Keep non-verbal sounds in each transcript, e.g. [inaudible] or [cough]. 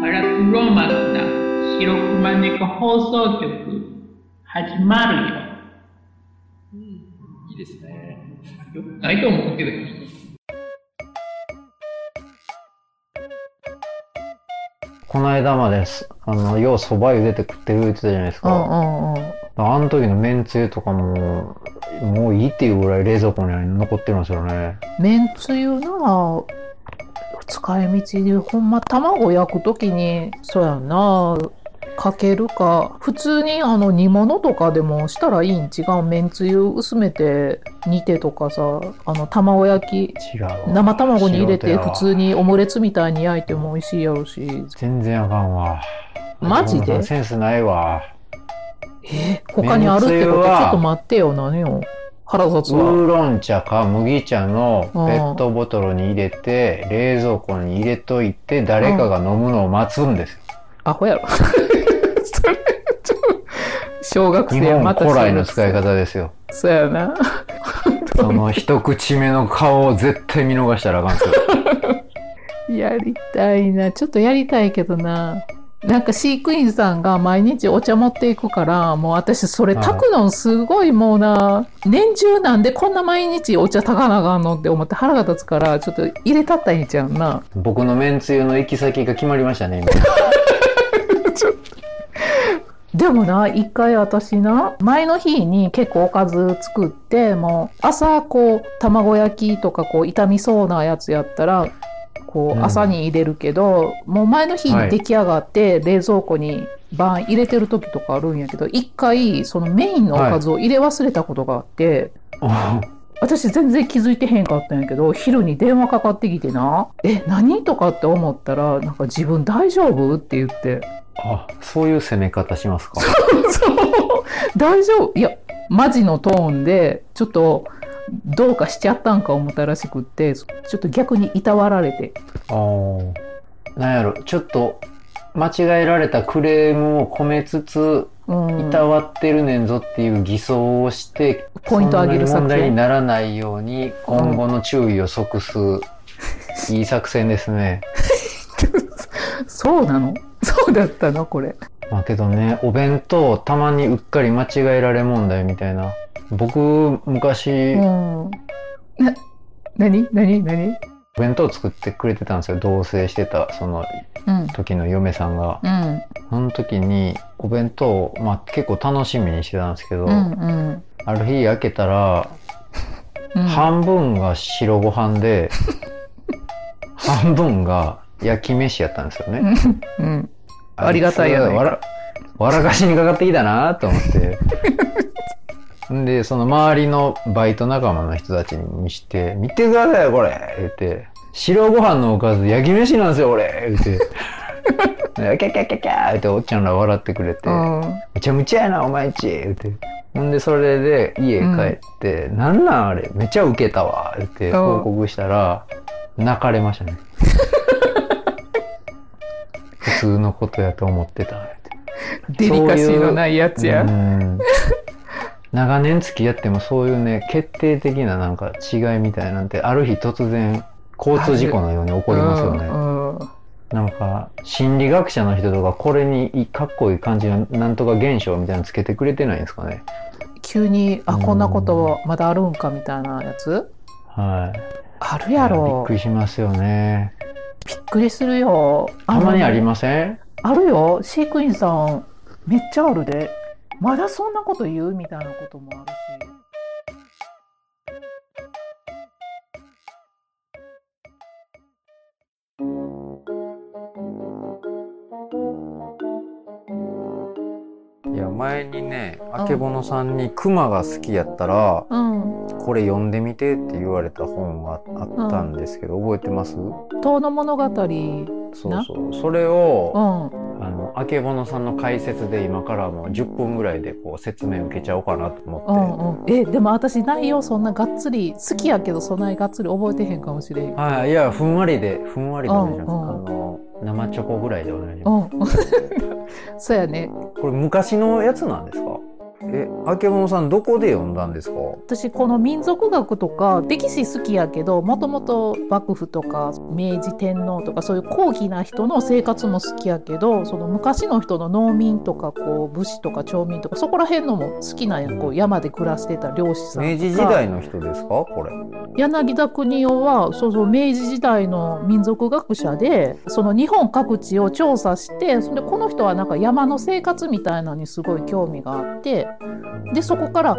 バラクロマスな白熊猫放送局始まるうん、いいですね。よ。よく [laughs] ないと思うけど。この間まです、あの、よう蕎麦湯出て食ってる言ってたじゃないですうか。んうんうん。あの時のめんつゆとかも、もういいっていうぐらい冷蔵庫に残ってるんですよね。めんつゆな使い道でほんま卵焼くときにそうやなかけるか普通にあの煮物とかでもしたらいいん違うめんつゆ薄めて煮てとかさあの卵焼き違うわ。生卵に入素れ人てやわ普通にオムレツみたいに焼いても美味しいやろし全然あかんわ。マジでセンスないわ。え他にあるってことめんつゆちはょっと待ってよ何よ腹立つウわーロン茶か麦茶のペうんットボトルに入れて、冷蔵庫に入れといて、誰かが飲むのを待つんですよ。アホやろ [laughs] それちょっと小学日生本また古来の使い方方ですよ。そうやな。 [laughs] その一口目の顔を絶対見逃したらあかんですよ。やりたいな。ちょっとやりたいけどな。なんか飼育員さんが毎日お茶持っていくから、もう私それはい炊くのすごいもうな、年中なんでこんな毎日お茶炊かなあかんのって思って腹が立つから、ちょっと入れたったらいいんちゃうな。僕のめんつゆの行き先が決まりましたね、今。でもな、一回私な、前の日に結構おかず作って、もう朝こう、卵焼きとかこう、炒みそうなやつやったら、こううん朝に入れるけど、もう前の日はいに出来上がって冷蔵庫にバン入れてる時とかあるんやけど、一回そのメインのおかずを入れ忘れたことがあって、私全然気づいてへんかったんやけど昼に電話かかってきてな「え何?」とかって思ったら「なんか自分大丈夫?」って言って [laughs] あ、そういう攻め方しますか。そう大丈夫いやマジのトーンでちょっとどうかしちゃったんか思ったらしくってちょっと逆にいたわられてあーなんやろ、ちょっと間違えられたクレームを込めつつ、うんいたわってるねんぞっていう偽装をして、ポイント上げるそん作なに問題に戦ならないように、今後の注意を即す、いい作戦ですね。 [laughs] そうなのそうだったのこれまあけどね、お弁当、たまにうっかり間違えられ問題みたいな。僕、昔、うんな何何何お弁当作ってくれてたんですよ。同棲してた、そのうん時の嫁さんが。うんその時に、お弁当を、まあ結構楽しみにしてたんですけど、うんうんある日開けたら、うん半分が白ご飯で、半分が焼き飯やったんですよね。 [laughs] うんありがたいやないかわらわらかしにかかってきたなと思 [laughs] って。んで、その周りのバイト仲間の人たちに見して、見てくださいよ、これ言って、白ご飯のおかず焼き飯なんですよ、俺言って。 [laughs] キャキャキャキャーっておっちゃんら笑ってくれて、うんむちゃむちゃやな、お前んち言って。ほんで、それで家帰って、なんなんあれ、めっちゃウケたわ言ってうん報告したら、泣かれました [laughs] ね。普通のことやと思ってた。デリカシーのないやつや。うん長年付き合ってもそういうね、決定的ななんか違いみたいなんて、ある日突然、交通事故のように起こりますよね。うんうんなんか、心理学者の人とか、これにいいかっこいい感じのなんとか現象みたいなのつけてくれてないんですかね。急に、あ、うんこんなことまだあるんかみたいなやつはい。あるやいやびっろ。くりしますよね。びっくりするよ。たまにありのませんあるよ。飼育員さん、めっちゃあるで。まだそんなこと言うみたいなこともあるし。いや、前にね、あけぼのさんにクマが好きやったら、うん。これ読んでみてって言われた本があったんですけど、覚えてます遠の物語。うん。そうそう。それを、あの、あけぼのさんの解説で今からもう10分ぐらいでこう説明受けちゃおうかなと思って。うんうん、えでも私内容そんながっつり好きやけどそんなにがっつり覚えてへんかもしれへん。うんはい、いや、ふんわりで、ふんわりでお願いします。うんうんあの、生チョコぐらいでお願いしま [laughs] そうやね。す。これ昔のやつなんですかえ、あけぼのさんどこで読んだんですか私この民族学とか歴史好きやけどもともと幕府とか明治天皇とかそういう高貴な人の生活も好きやけどその昔の人の農民とかこう武士とか町民とかそこら辺のも好きなこう山で暮らしてた漁師さんとか明治時代の人ですかこれ。柳田国男はそうそう明治時代の民族学者でその日本各地を調査してそれでこの人はなんか山の生活みたいなのにすごい興味があってでそこから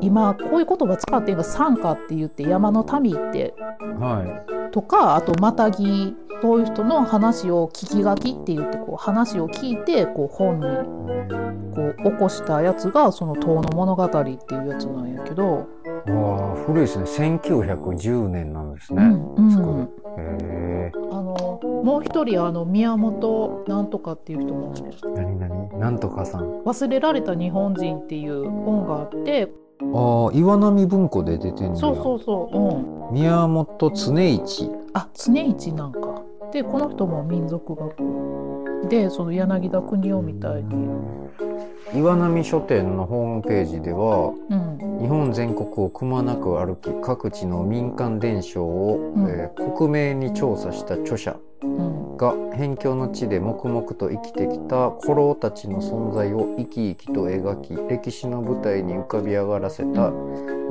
今こういう言葉使ってんが「山下」って言って山の民ってはとかあと「またぎ」そういう人の話を聞き書きって言ってこう話を聞いてこう本にこう起こしたやつがその「遠の物語」っていうやつなんやけど。い。わあ、古いですね。1910年なんですね。うんうんすごいへえ。あのもう一人あの宮本なんとかっていう人もなになになんとかさん。忘れられた日本人っていう本があってああ、岩波文庫で出てんのそうそうそう、うん、う。宮本常一。あ常一なんかでこの人も民族学でその柳田国夫みたいに、岩波書店のホームページでは、うん、日本全国をくまなく歩き各地の民間伝承を、うんえー克明に調査した著者うん、が辺境の地で黙々と生きてきた古老たちの存在を生き生きと描き歴史の舞台に浮かび上がらせた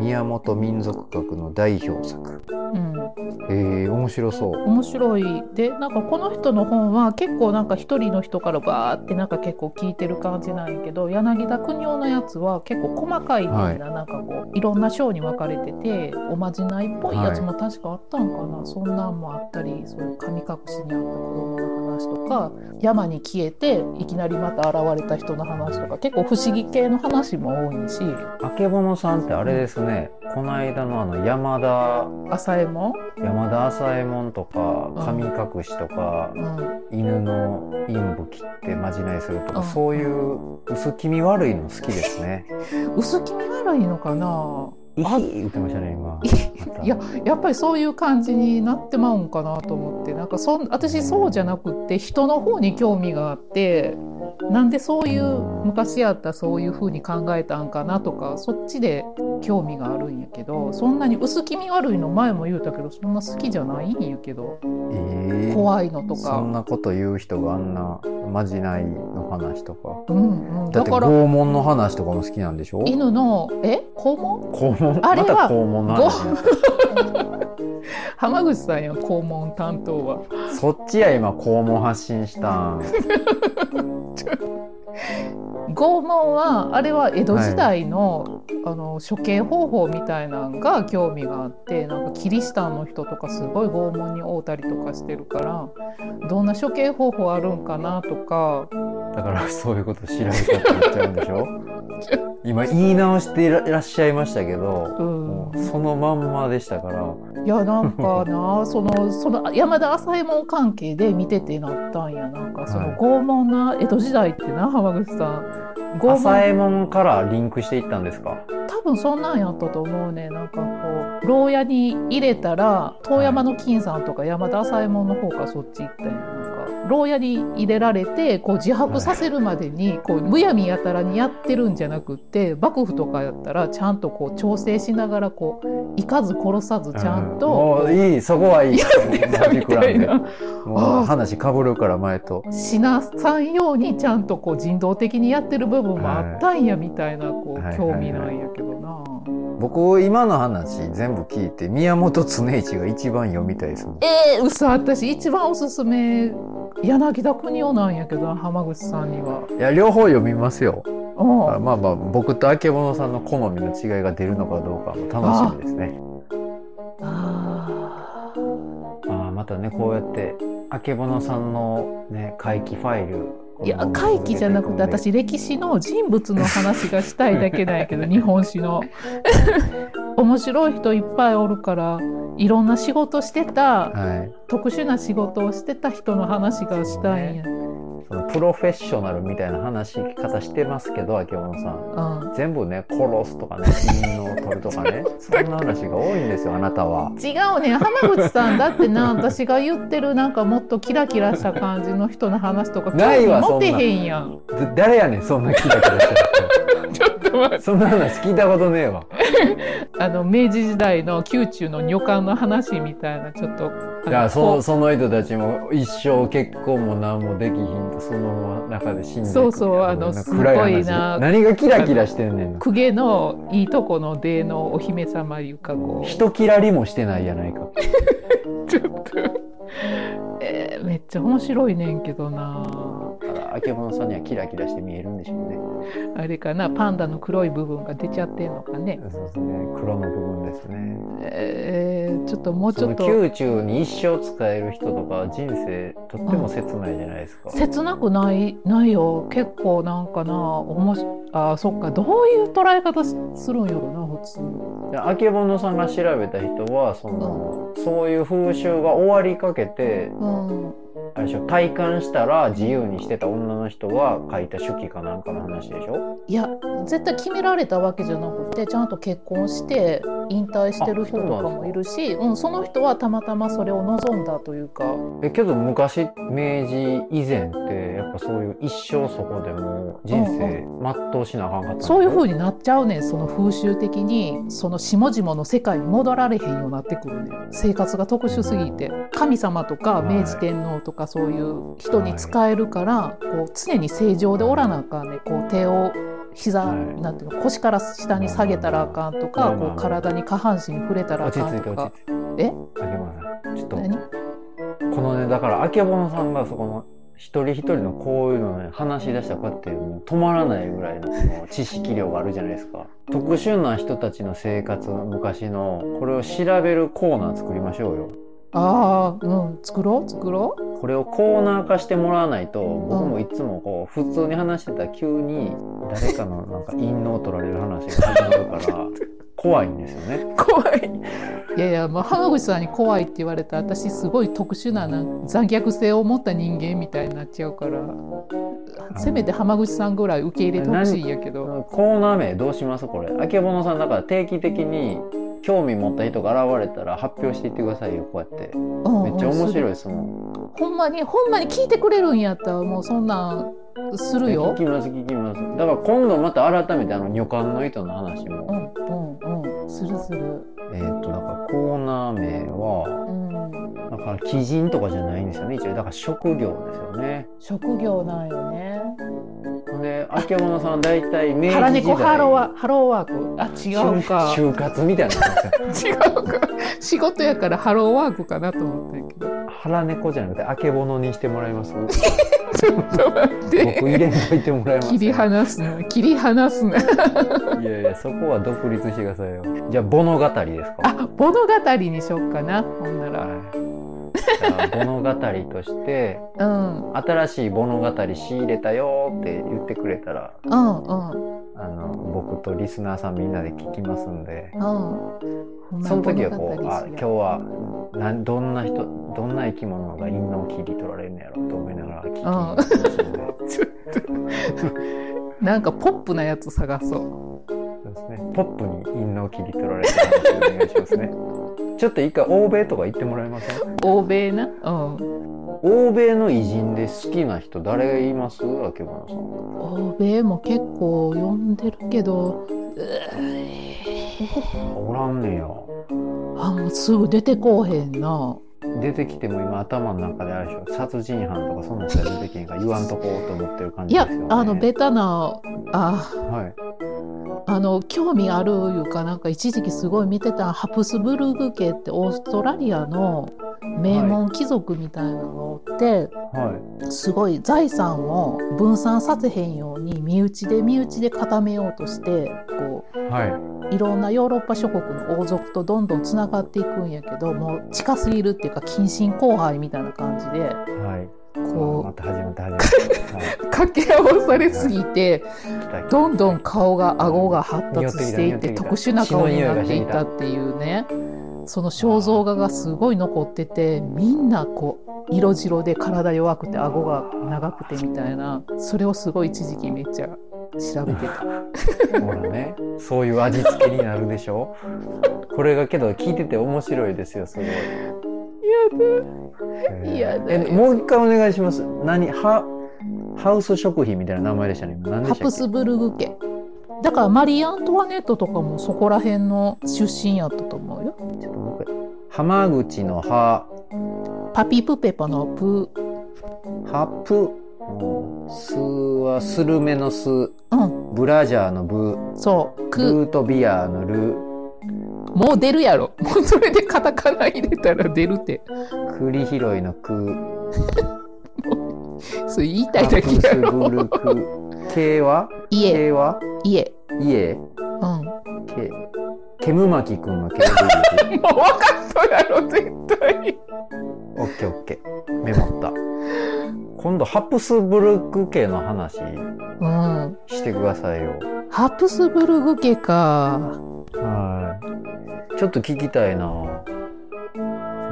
宮本民族学の代表作。うん、えー、面白そう。面白いでなんかこの人の本は結構なんか一人の人からバーってなんか結構聞いてる感じなんやけど柳田国夫のやつは結構細かいみんな,、はいなんかこういろんな章に分かれてておまじないっぽいやつも確かあったんかな、そんなんもあったりそういう神隠しにあった子供の話とか山に消えていきなりまた現れた人の話とか結構不思議系の話も多いしあけぼのさんってあれですね。この間のあの山田浅右衛門、山田朝右衛門とか神隠しとかうん、犬の陰部切ってまじないするとか、うんそういう薄気味悪いの好きですね。薄気味悪いのかなイヒー言ってましたね今。またいややっぱりそういう感じになってまうんかなと思ってなんかそん私そうじゃなくって人の方に興味があってなんでそういう昔やったそういう風に考えたんかなとかそっちで興味があるんやけどそんなに薄気味悪いの前も言うたけどそんな好きじゃないんやけどえー怖いのとそんか。なこと言う人があんなまじないの話とか。うんうん、だだってから拷問の話とかも好きなんでしょ犬のえ肛門肛門あれまはた肛門の話になっ浜口さんやん肛門担当はた。そっちや今肛門発信したん。拷問はあれは江戸時代の,、あの処刑方法みたいなのが興味があってなんかキリシタンの人とかすごい拷問に遭うたりとかしてるからどんな処刑方法あるんかなとかだからそういうこと調べたって言っちゃうんでし [laughs] ょ今言い直していららっしゃいましたけうど、んもうそのまんまでしたから。いやなんか [laughs] なそのその山田朝右衛門関係で見ててなったんやなんかそはのい拷問な江戸時代ってな浜口さん拷問朝右衛門からリンクしていったんですか。多分そんなんやったと思うねなんかこう牢屋に入れたら遠山の金さんとか山田朝右衛門の方からそっち行ったんやなんか牢屋に入れられてこう自白させるまでにこうむやみやたらにやってるんじゃなくって幕府とかやったらちゃんとこう調整しながらこう行かず殺さずちゃんうともういい、そこはいい。やってやるみたい [laughs] な。もう話かぶるから前と。しなさんようにちゃんとこう人道的にやってる部分もあったんやみたいなこはいう興味なんやけどな。僕今の話全部聞いて宮本常一が一番読みたいですもん。えー、嘘私一番おすすめ柳田邦夫なんやけど浜口さんには。いや両方読みますよ。まあうまあ僕とあけぼのさんの好みの違いが出るのかどうかも楽しみですね。ん、あああまたねこうやってあけぼのさんのね回帰ファイルーいや回帰じゃなくて私歴史の人物の話がしたいだけなんやけど日本史の。 [laughs] 面白い人いっぱいおるからいろんな仕事してたはい特殊な仕事をしてた人の話がしたいんや。そのプロフェッショナルみたいな話し方してますけどあけぼのさんうん全部ね殺すとかね陰謀を取るとか [laughs] ねそんな話が多いんですよあなたは。違うね浜口さんだっ [laughs] てな私が言ってるなんかもっとキラキラした感じの人の話とかないわ興味持てそんなへんやん。誰やねんそんな気だけど。 [laughs] ちょっと待ってそんな話聞いたことねえわ。あの明治時代の宮中の女官の話みたいなちょっとあじゃのあそこのその人たちも一生結婚も何もできひんとその中で死んでいくそうそうあのんか暗すごい話な何がキラキラしてんねんうな公家のいいとこの出のお姫様いうかこう人キラりもしてないやないかちょっと、えーめっちゃ面白いねんけどなただあけぼのさんにはキラキラして見えるんでしょうねあれかなパンダの黒い部分が出ちゃってんのかね、そうですね黒の部分ですねえーちょっともうちそょのっと宮中に一生使える人とか人生とっても切ないじゃないですか切なくないないよ結構なんかなおもしあーそっかどういう捉え方すするんやろな普通であけぼのさんが調べた人はその、そういう風習が終わりかけてうんあれでしょ体感したら自由にしてた女の人が書いた手記かなんかの話でしょいや絶対決められたわけじゃなくてちゃんと結婚して引退してる人とかもいるしうん、その人はたまたまそれを望んだというかえけど昔明治以前ってやっぱそういう一生そこでもう人生全うしなあかんかったんでしょそういう風になっちゃうねんその風習的にその下々の世界に戻られへんようになってくるねん生活が特殊すぎて神様とかはい明治天皇とかそういう人に仕えるから、こう常に正常でおらなあかんねんこう手を膝、はいなんていうの腰から下に下げたらあかんとまか、あまあこう体に下半身触れたらあ落ちか着んいてと落かち着いてえあけぼのさんちょっと何このねだからあけぼのさんがそこの一人一人のこういうのね話し出したらこうやってもう止まらないぐらいのその知識量があるじゃないですか特殊な人たちの生活の昔のこれを調べるコーナー作りましょうよああうん作ろう作ろうこれをコーナー化してもらわないと僕もいつもこう普通に話してたら急に誰かのなんか陰謀取られる話が始まるから怖いんですよね。怖いいやいやもう浜口さんに怖いって言われたら私すごい特殊ななんか残虐性を持った人間みたいになっちゃうからせめて浜口さんぐらい受け入れてほしいんやけどコーナー名どうしますこれ。あけぼのさんだから定期的に興味持った人が現れたら発表していってくださいよこうやって。うんめっちゃ面うんす白いるですもん。ほんまにほんまに聞いてくれるんやったらもうそんなんするよ聞きます聞きます。だから今度また改めてあの女官の糸の話うも。んうんうんするするえっ、となんかコーナー名はうんだから基人とかじゃないんですよね一応だから職業ですよね。職業なんよねで、秋山さん大体明治時代腹猫ハローワハローワークあ違うか就就活みたいな感じですよ違うか仕事やからハローワークかなと思ったんやけど腹猫じゃなくてあけぼのにしてもらい [laughs] ますちょっと待っ僕入てれんといてもらいます切り離すな切り離すないやいやそこは独立してくださいよじゃあ物語ですあか物語にしよっかなほんならはいじゃあ物語としてうん新しい物語仕入れたよって言ってくれたらうんうんあの僕とリスナーさんみんなで聞きますんでうんその時はこう「あ今日日はなんどんな人どんな生き物が陰のを切り取られるのやろ」と思いながら聞きますんで。なんかポップなやつ探そうそうですね。ポップに陰の切り取られてる話お願いしますね。ちょっと一回欧米とか行ってもらえません欧米なうん欧米の偉人で好きな人誰がいますあけぼの欧米も結構読んでるけどうーさん。おらんねよ。あもうすぐ出てこうへんな出てきても今頭の中であれでしょ殺人犯とかそんな人は出てけんから言わんとこうと思ってる感いじでやすよね。あのベタなあはい。あの興味あるいうかなんか一時期すごい見てたハプスブルグ家ってオーストラリアの名門貴族みたいなのって、はすごい財産を分散させへんように身内で身内で固めようとしてこい。はい。ういろんなヨーロッパ諸国の王族とどんどんつながっていくんやけどもう近すぎるっていうか近親交配みたいな感じではい。あまこた始まった始まった。はいう掛け合わされすぎて。来た来たどんどん顔が顎が発達していって特殊な顔になっていったっていうねその肖像画がすごい残っててみんなこう色白で体弱くて顎が長くてみたいなそれをすごい一時期めっちゃ調べてたほらね、そういう味付けになるでしょ。これがけど聞いてて面白いですよ、すごい。やえだーえもう一回お願いします。何ハハウス食品みたいな名前でしたね。今何でハしたプっけスブルグ家だからマリー・アントワネットとかもそこら辺の出身やったと思うよ。ちょっともう一回浜口の葉、パピプペパのプハプ、すはスルメのす、うんブラジャーのブ、そうルくートビアのル、もう出るやろもうそれでカタカナ入れたら出るって栗拾いのく、それ言いハたいプだけスやブルろ [laughs] ク、系は家系は家家うんもけ、ケムマキくんのケムマキう分かったやろ絶対オッケーオッケー。メモった。今度、ハプスブルク家の話うんしてくださいよ。ハプスブルグ家かはい。ちょっと聞きたいな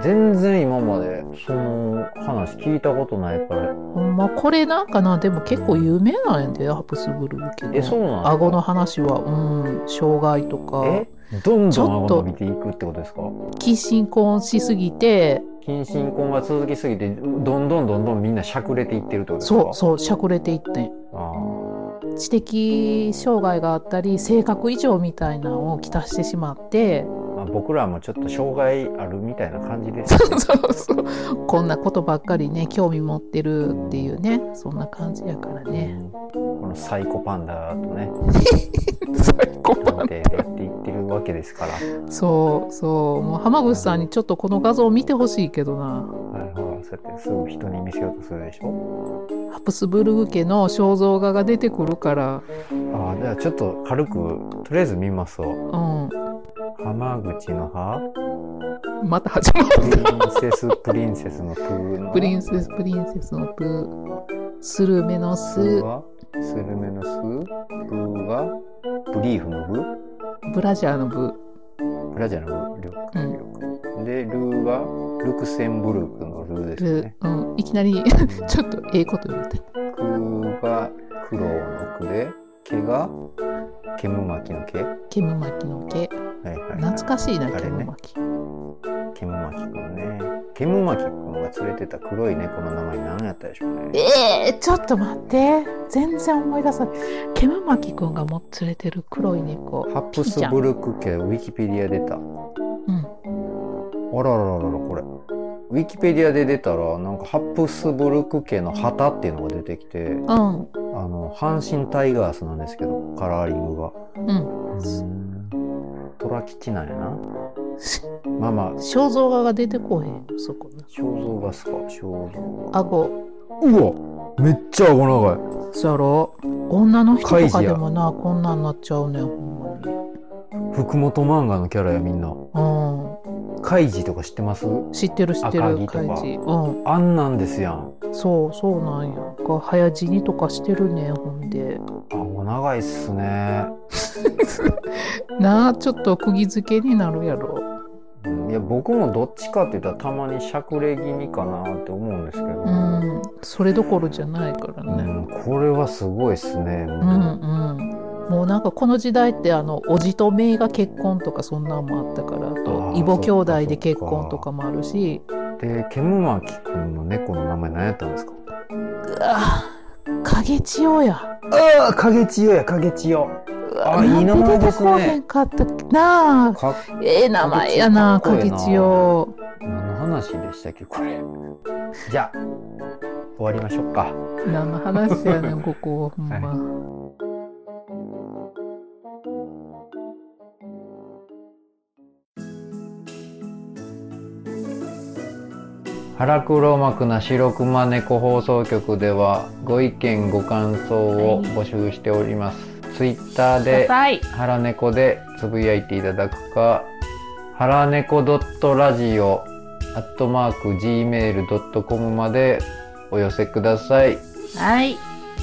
全然今までその話聞いたことないから。ほんまこれなんかなでも結構有名なんやでハプスブルグ家のえ、そうなん顎の話はうん障害とかえどんちどんょっと顎伸びていくってことですか近親婚しすぎて近親婚が続きすぎて、どんどんどんどんみんなしゃくれていってるってことですかそうそうしゃくれていってんう。あー知的障害があったり性格異常みたいなのをきたしてしまってまあ、僕らもちょっと障害あるみたいな感じです。 [laughs] そうそうそうこんなことばっかりね興味持ってるっていうねそんな感じやからねうんこのサイコパンダとね、 [laughs] 最高探偵でやっていってるわけですから。はいそうそうもう浜口さんにちょっとこの画像を見てほしいけどなほら、そうやってすぐ人に見せようとするでしょ。ハプスブルグ家の肖像画が出てくるからああ、じゃあちょっと軽く、とりあえず見ますわ。うん浜口の葉、また始まるプリンセス、プリンセスのプーの。プリンセスプリンセスのプースルメのスースは、スルメのスー、ブーは、ブリーフのブ、ブラジャーのブブラジャーのブ、リョうんク、リョク。で、ルーは、ルクセンブルクのルーですよルね。、うん、いきなり [laughs] ちょっとええこと言うてクーが、クロウのクで、毛が、ケムマキの毛。はいケムマキの毛はい、はい。懐かしいな、あれねケムマキ。ケムマキくんね。ケムマキくんが連れてた黒い猫の名前何やったでしょうね。えー、ちょっと待って。全然思い出さない。ケムマキくんがもう連れてる黒い猫。ハプスピーちゃんブルク家ウィキペディア出た。うん。あらららららこれ。ウィキペディアで出たら、なんかハプスブルク家の旗っていうのが出てきて、うん。あの、阪神タイガースなんですけど、カラーリングが。うん。うん。虎吉なんやな。まあまあ、肖像画が出てこへん、そこな。肖像画っすか、肖像顎。うわめっちゃ顎長い。そやろ。女の人カとイジかやでもな、こんなんなっちゃうねん、ほんまに。福本漫画のキャラやみんな。うカイジとか知ってますん。知ってる知って赤る、城とカかイジ。うあんなんですやん。ん。そう、そうなんや。が早死にとかしてるねん、ほんで。顎長いっすね。なあ、ちょっと釘付けになるやろ。うんいや僕もどっちかって言ったらたまにしゃくれ気味かなって思うんですけど、うん、それどころじゃないからね。うんこれはすごいっすね、うん、うん、もうなんかこの時代ってあのおじと姪が結婚とかそんなんもあったからああとー異母兄弟そでっかそっ結か婚とかもあるしでケムマキくんの猫の名前何やったんですかうわ影千代やああ影千代や影千代うわあいい名前なんで出でてすこねうへんかったなあかええ名前やな影影千代千代何の話でしたっけこれじゃあ終わりましょうか何の話やねんここほんま。腹黒幕な白熊猫放送局ではご意見ご感想を募集しております、ツイッターくだでさい腹猫でつぶやいていただくか腹猫ドットラジオアットマーク gmail.com までお寄せくださいはい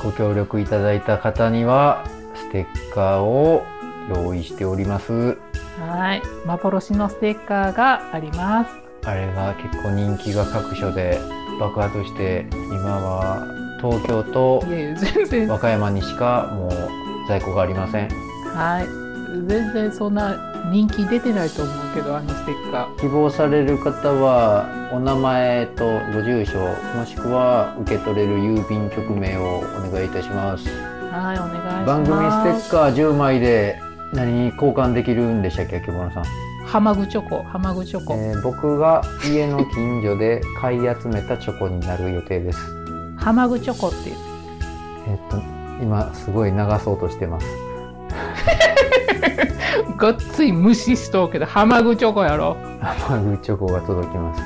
ご協力いただいた方にはステッカーを用意しておりますはい幻のステッカーがありますあれが結構人気が各所で爆発して今は東京といやいや全然和歌山にしかもう在庫がありませんはい。全然そんな人気出てないと思うけど、あのステッカ希望される方はお名前とご住所もしくは受け取れる郵便局名をお願いいたしますー。はい、お願いします。番組ステッカー10枚で何交換できるんでしたっけ、あけぼのさん。ハマグチョコ、ハマグチョコ。えー僕が家の近所で買い集めたチョコになる予定です。ハマグチョコっていう。えっと、今すごい流そうとしてます。ごっつい無視しとうけど、ハマグチョコやろ。ハマグチョコが届きます。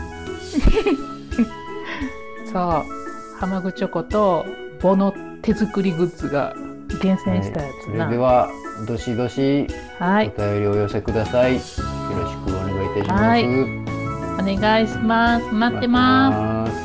さあ、ハマグチョコと、ボの手作りグッズが厳選したやつそれな。では、どしどしおはい、便りをお寄せください。よろしくお願いいたします。はいお願いします。待ってます。待ってます。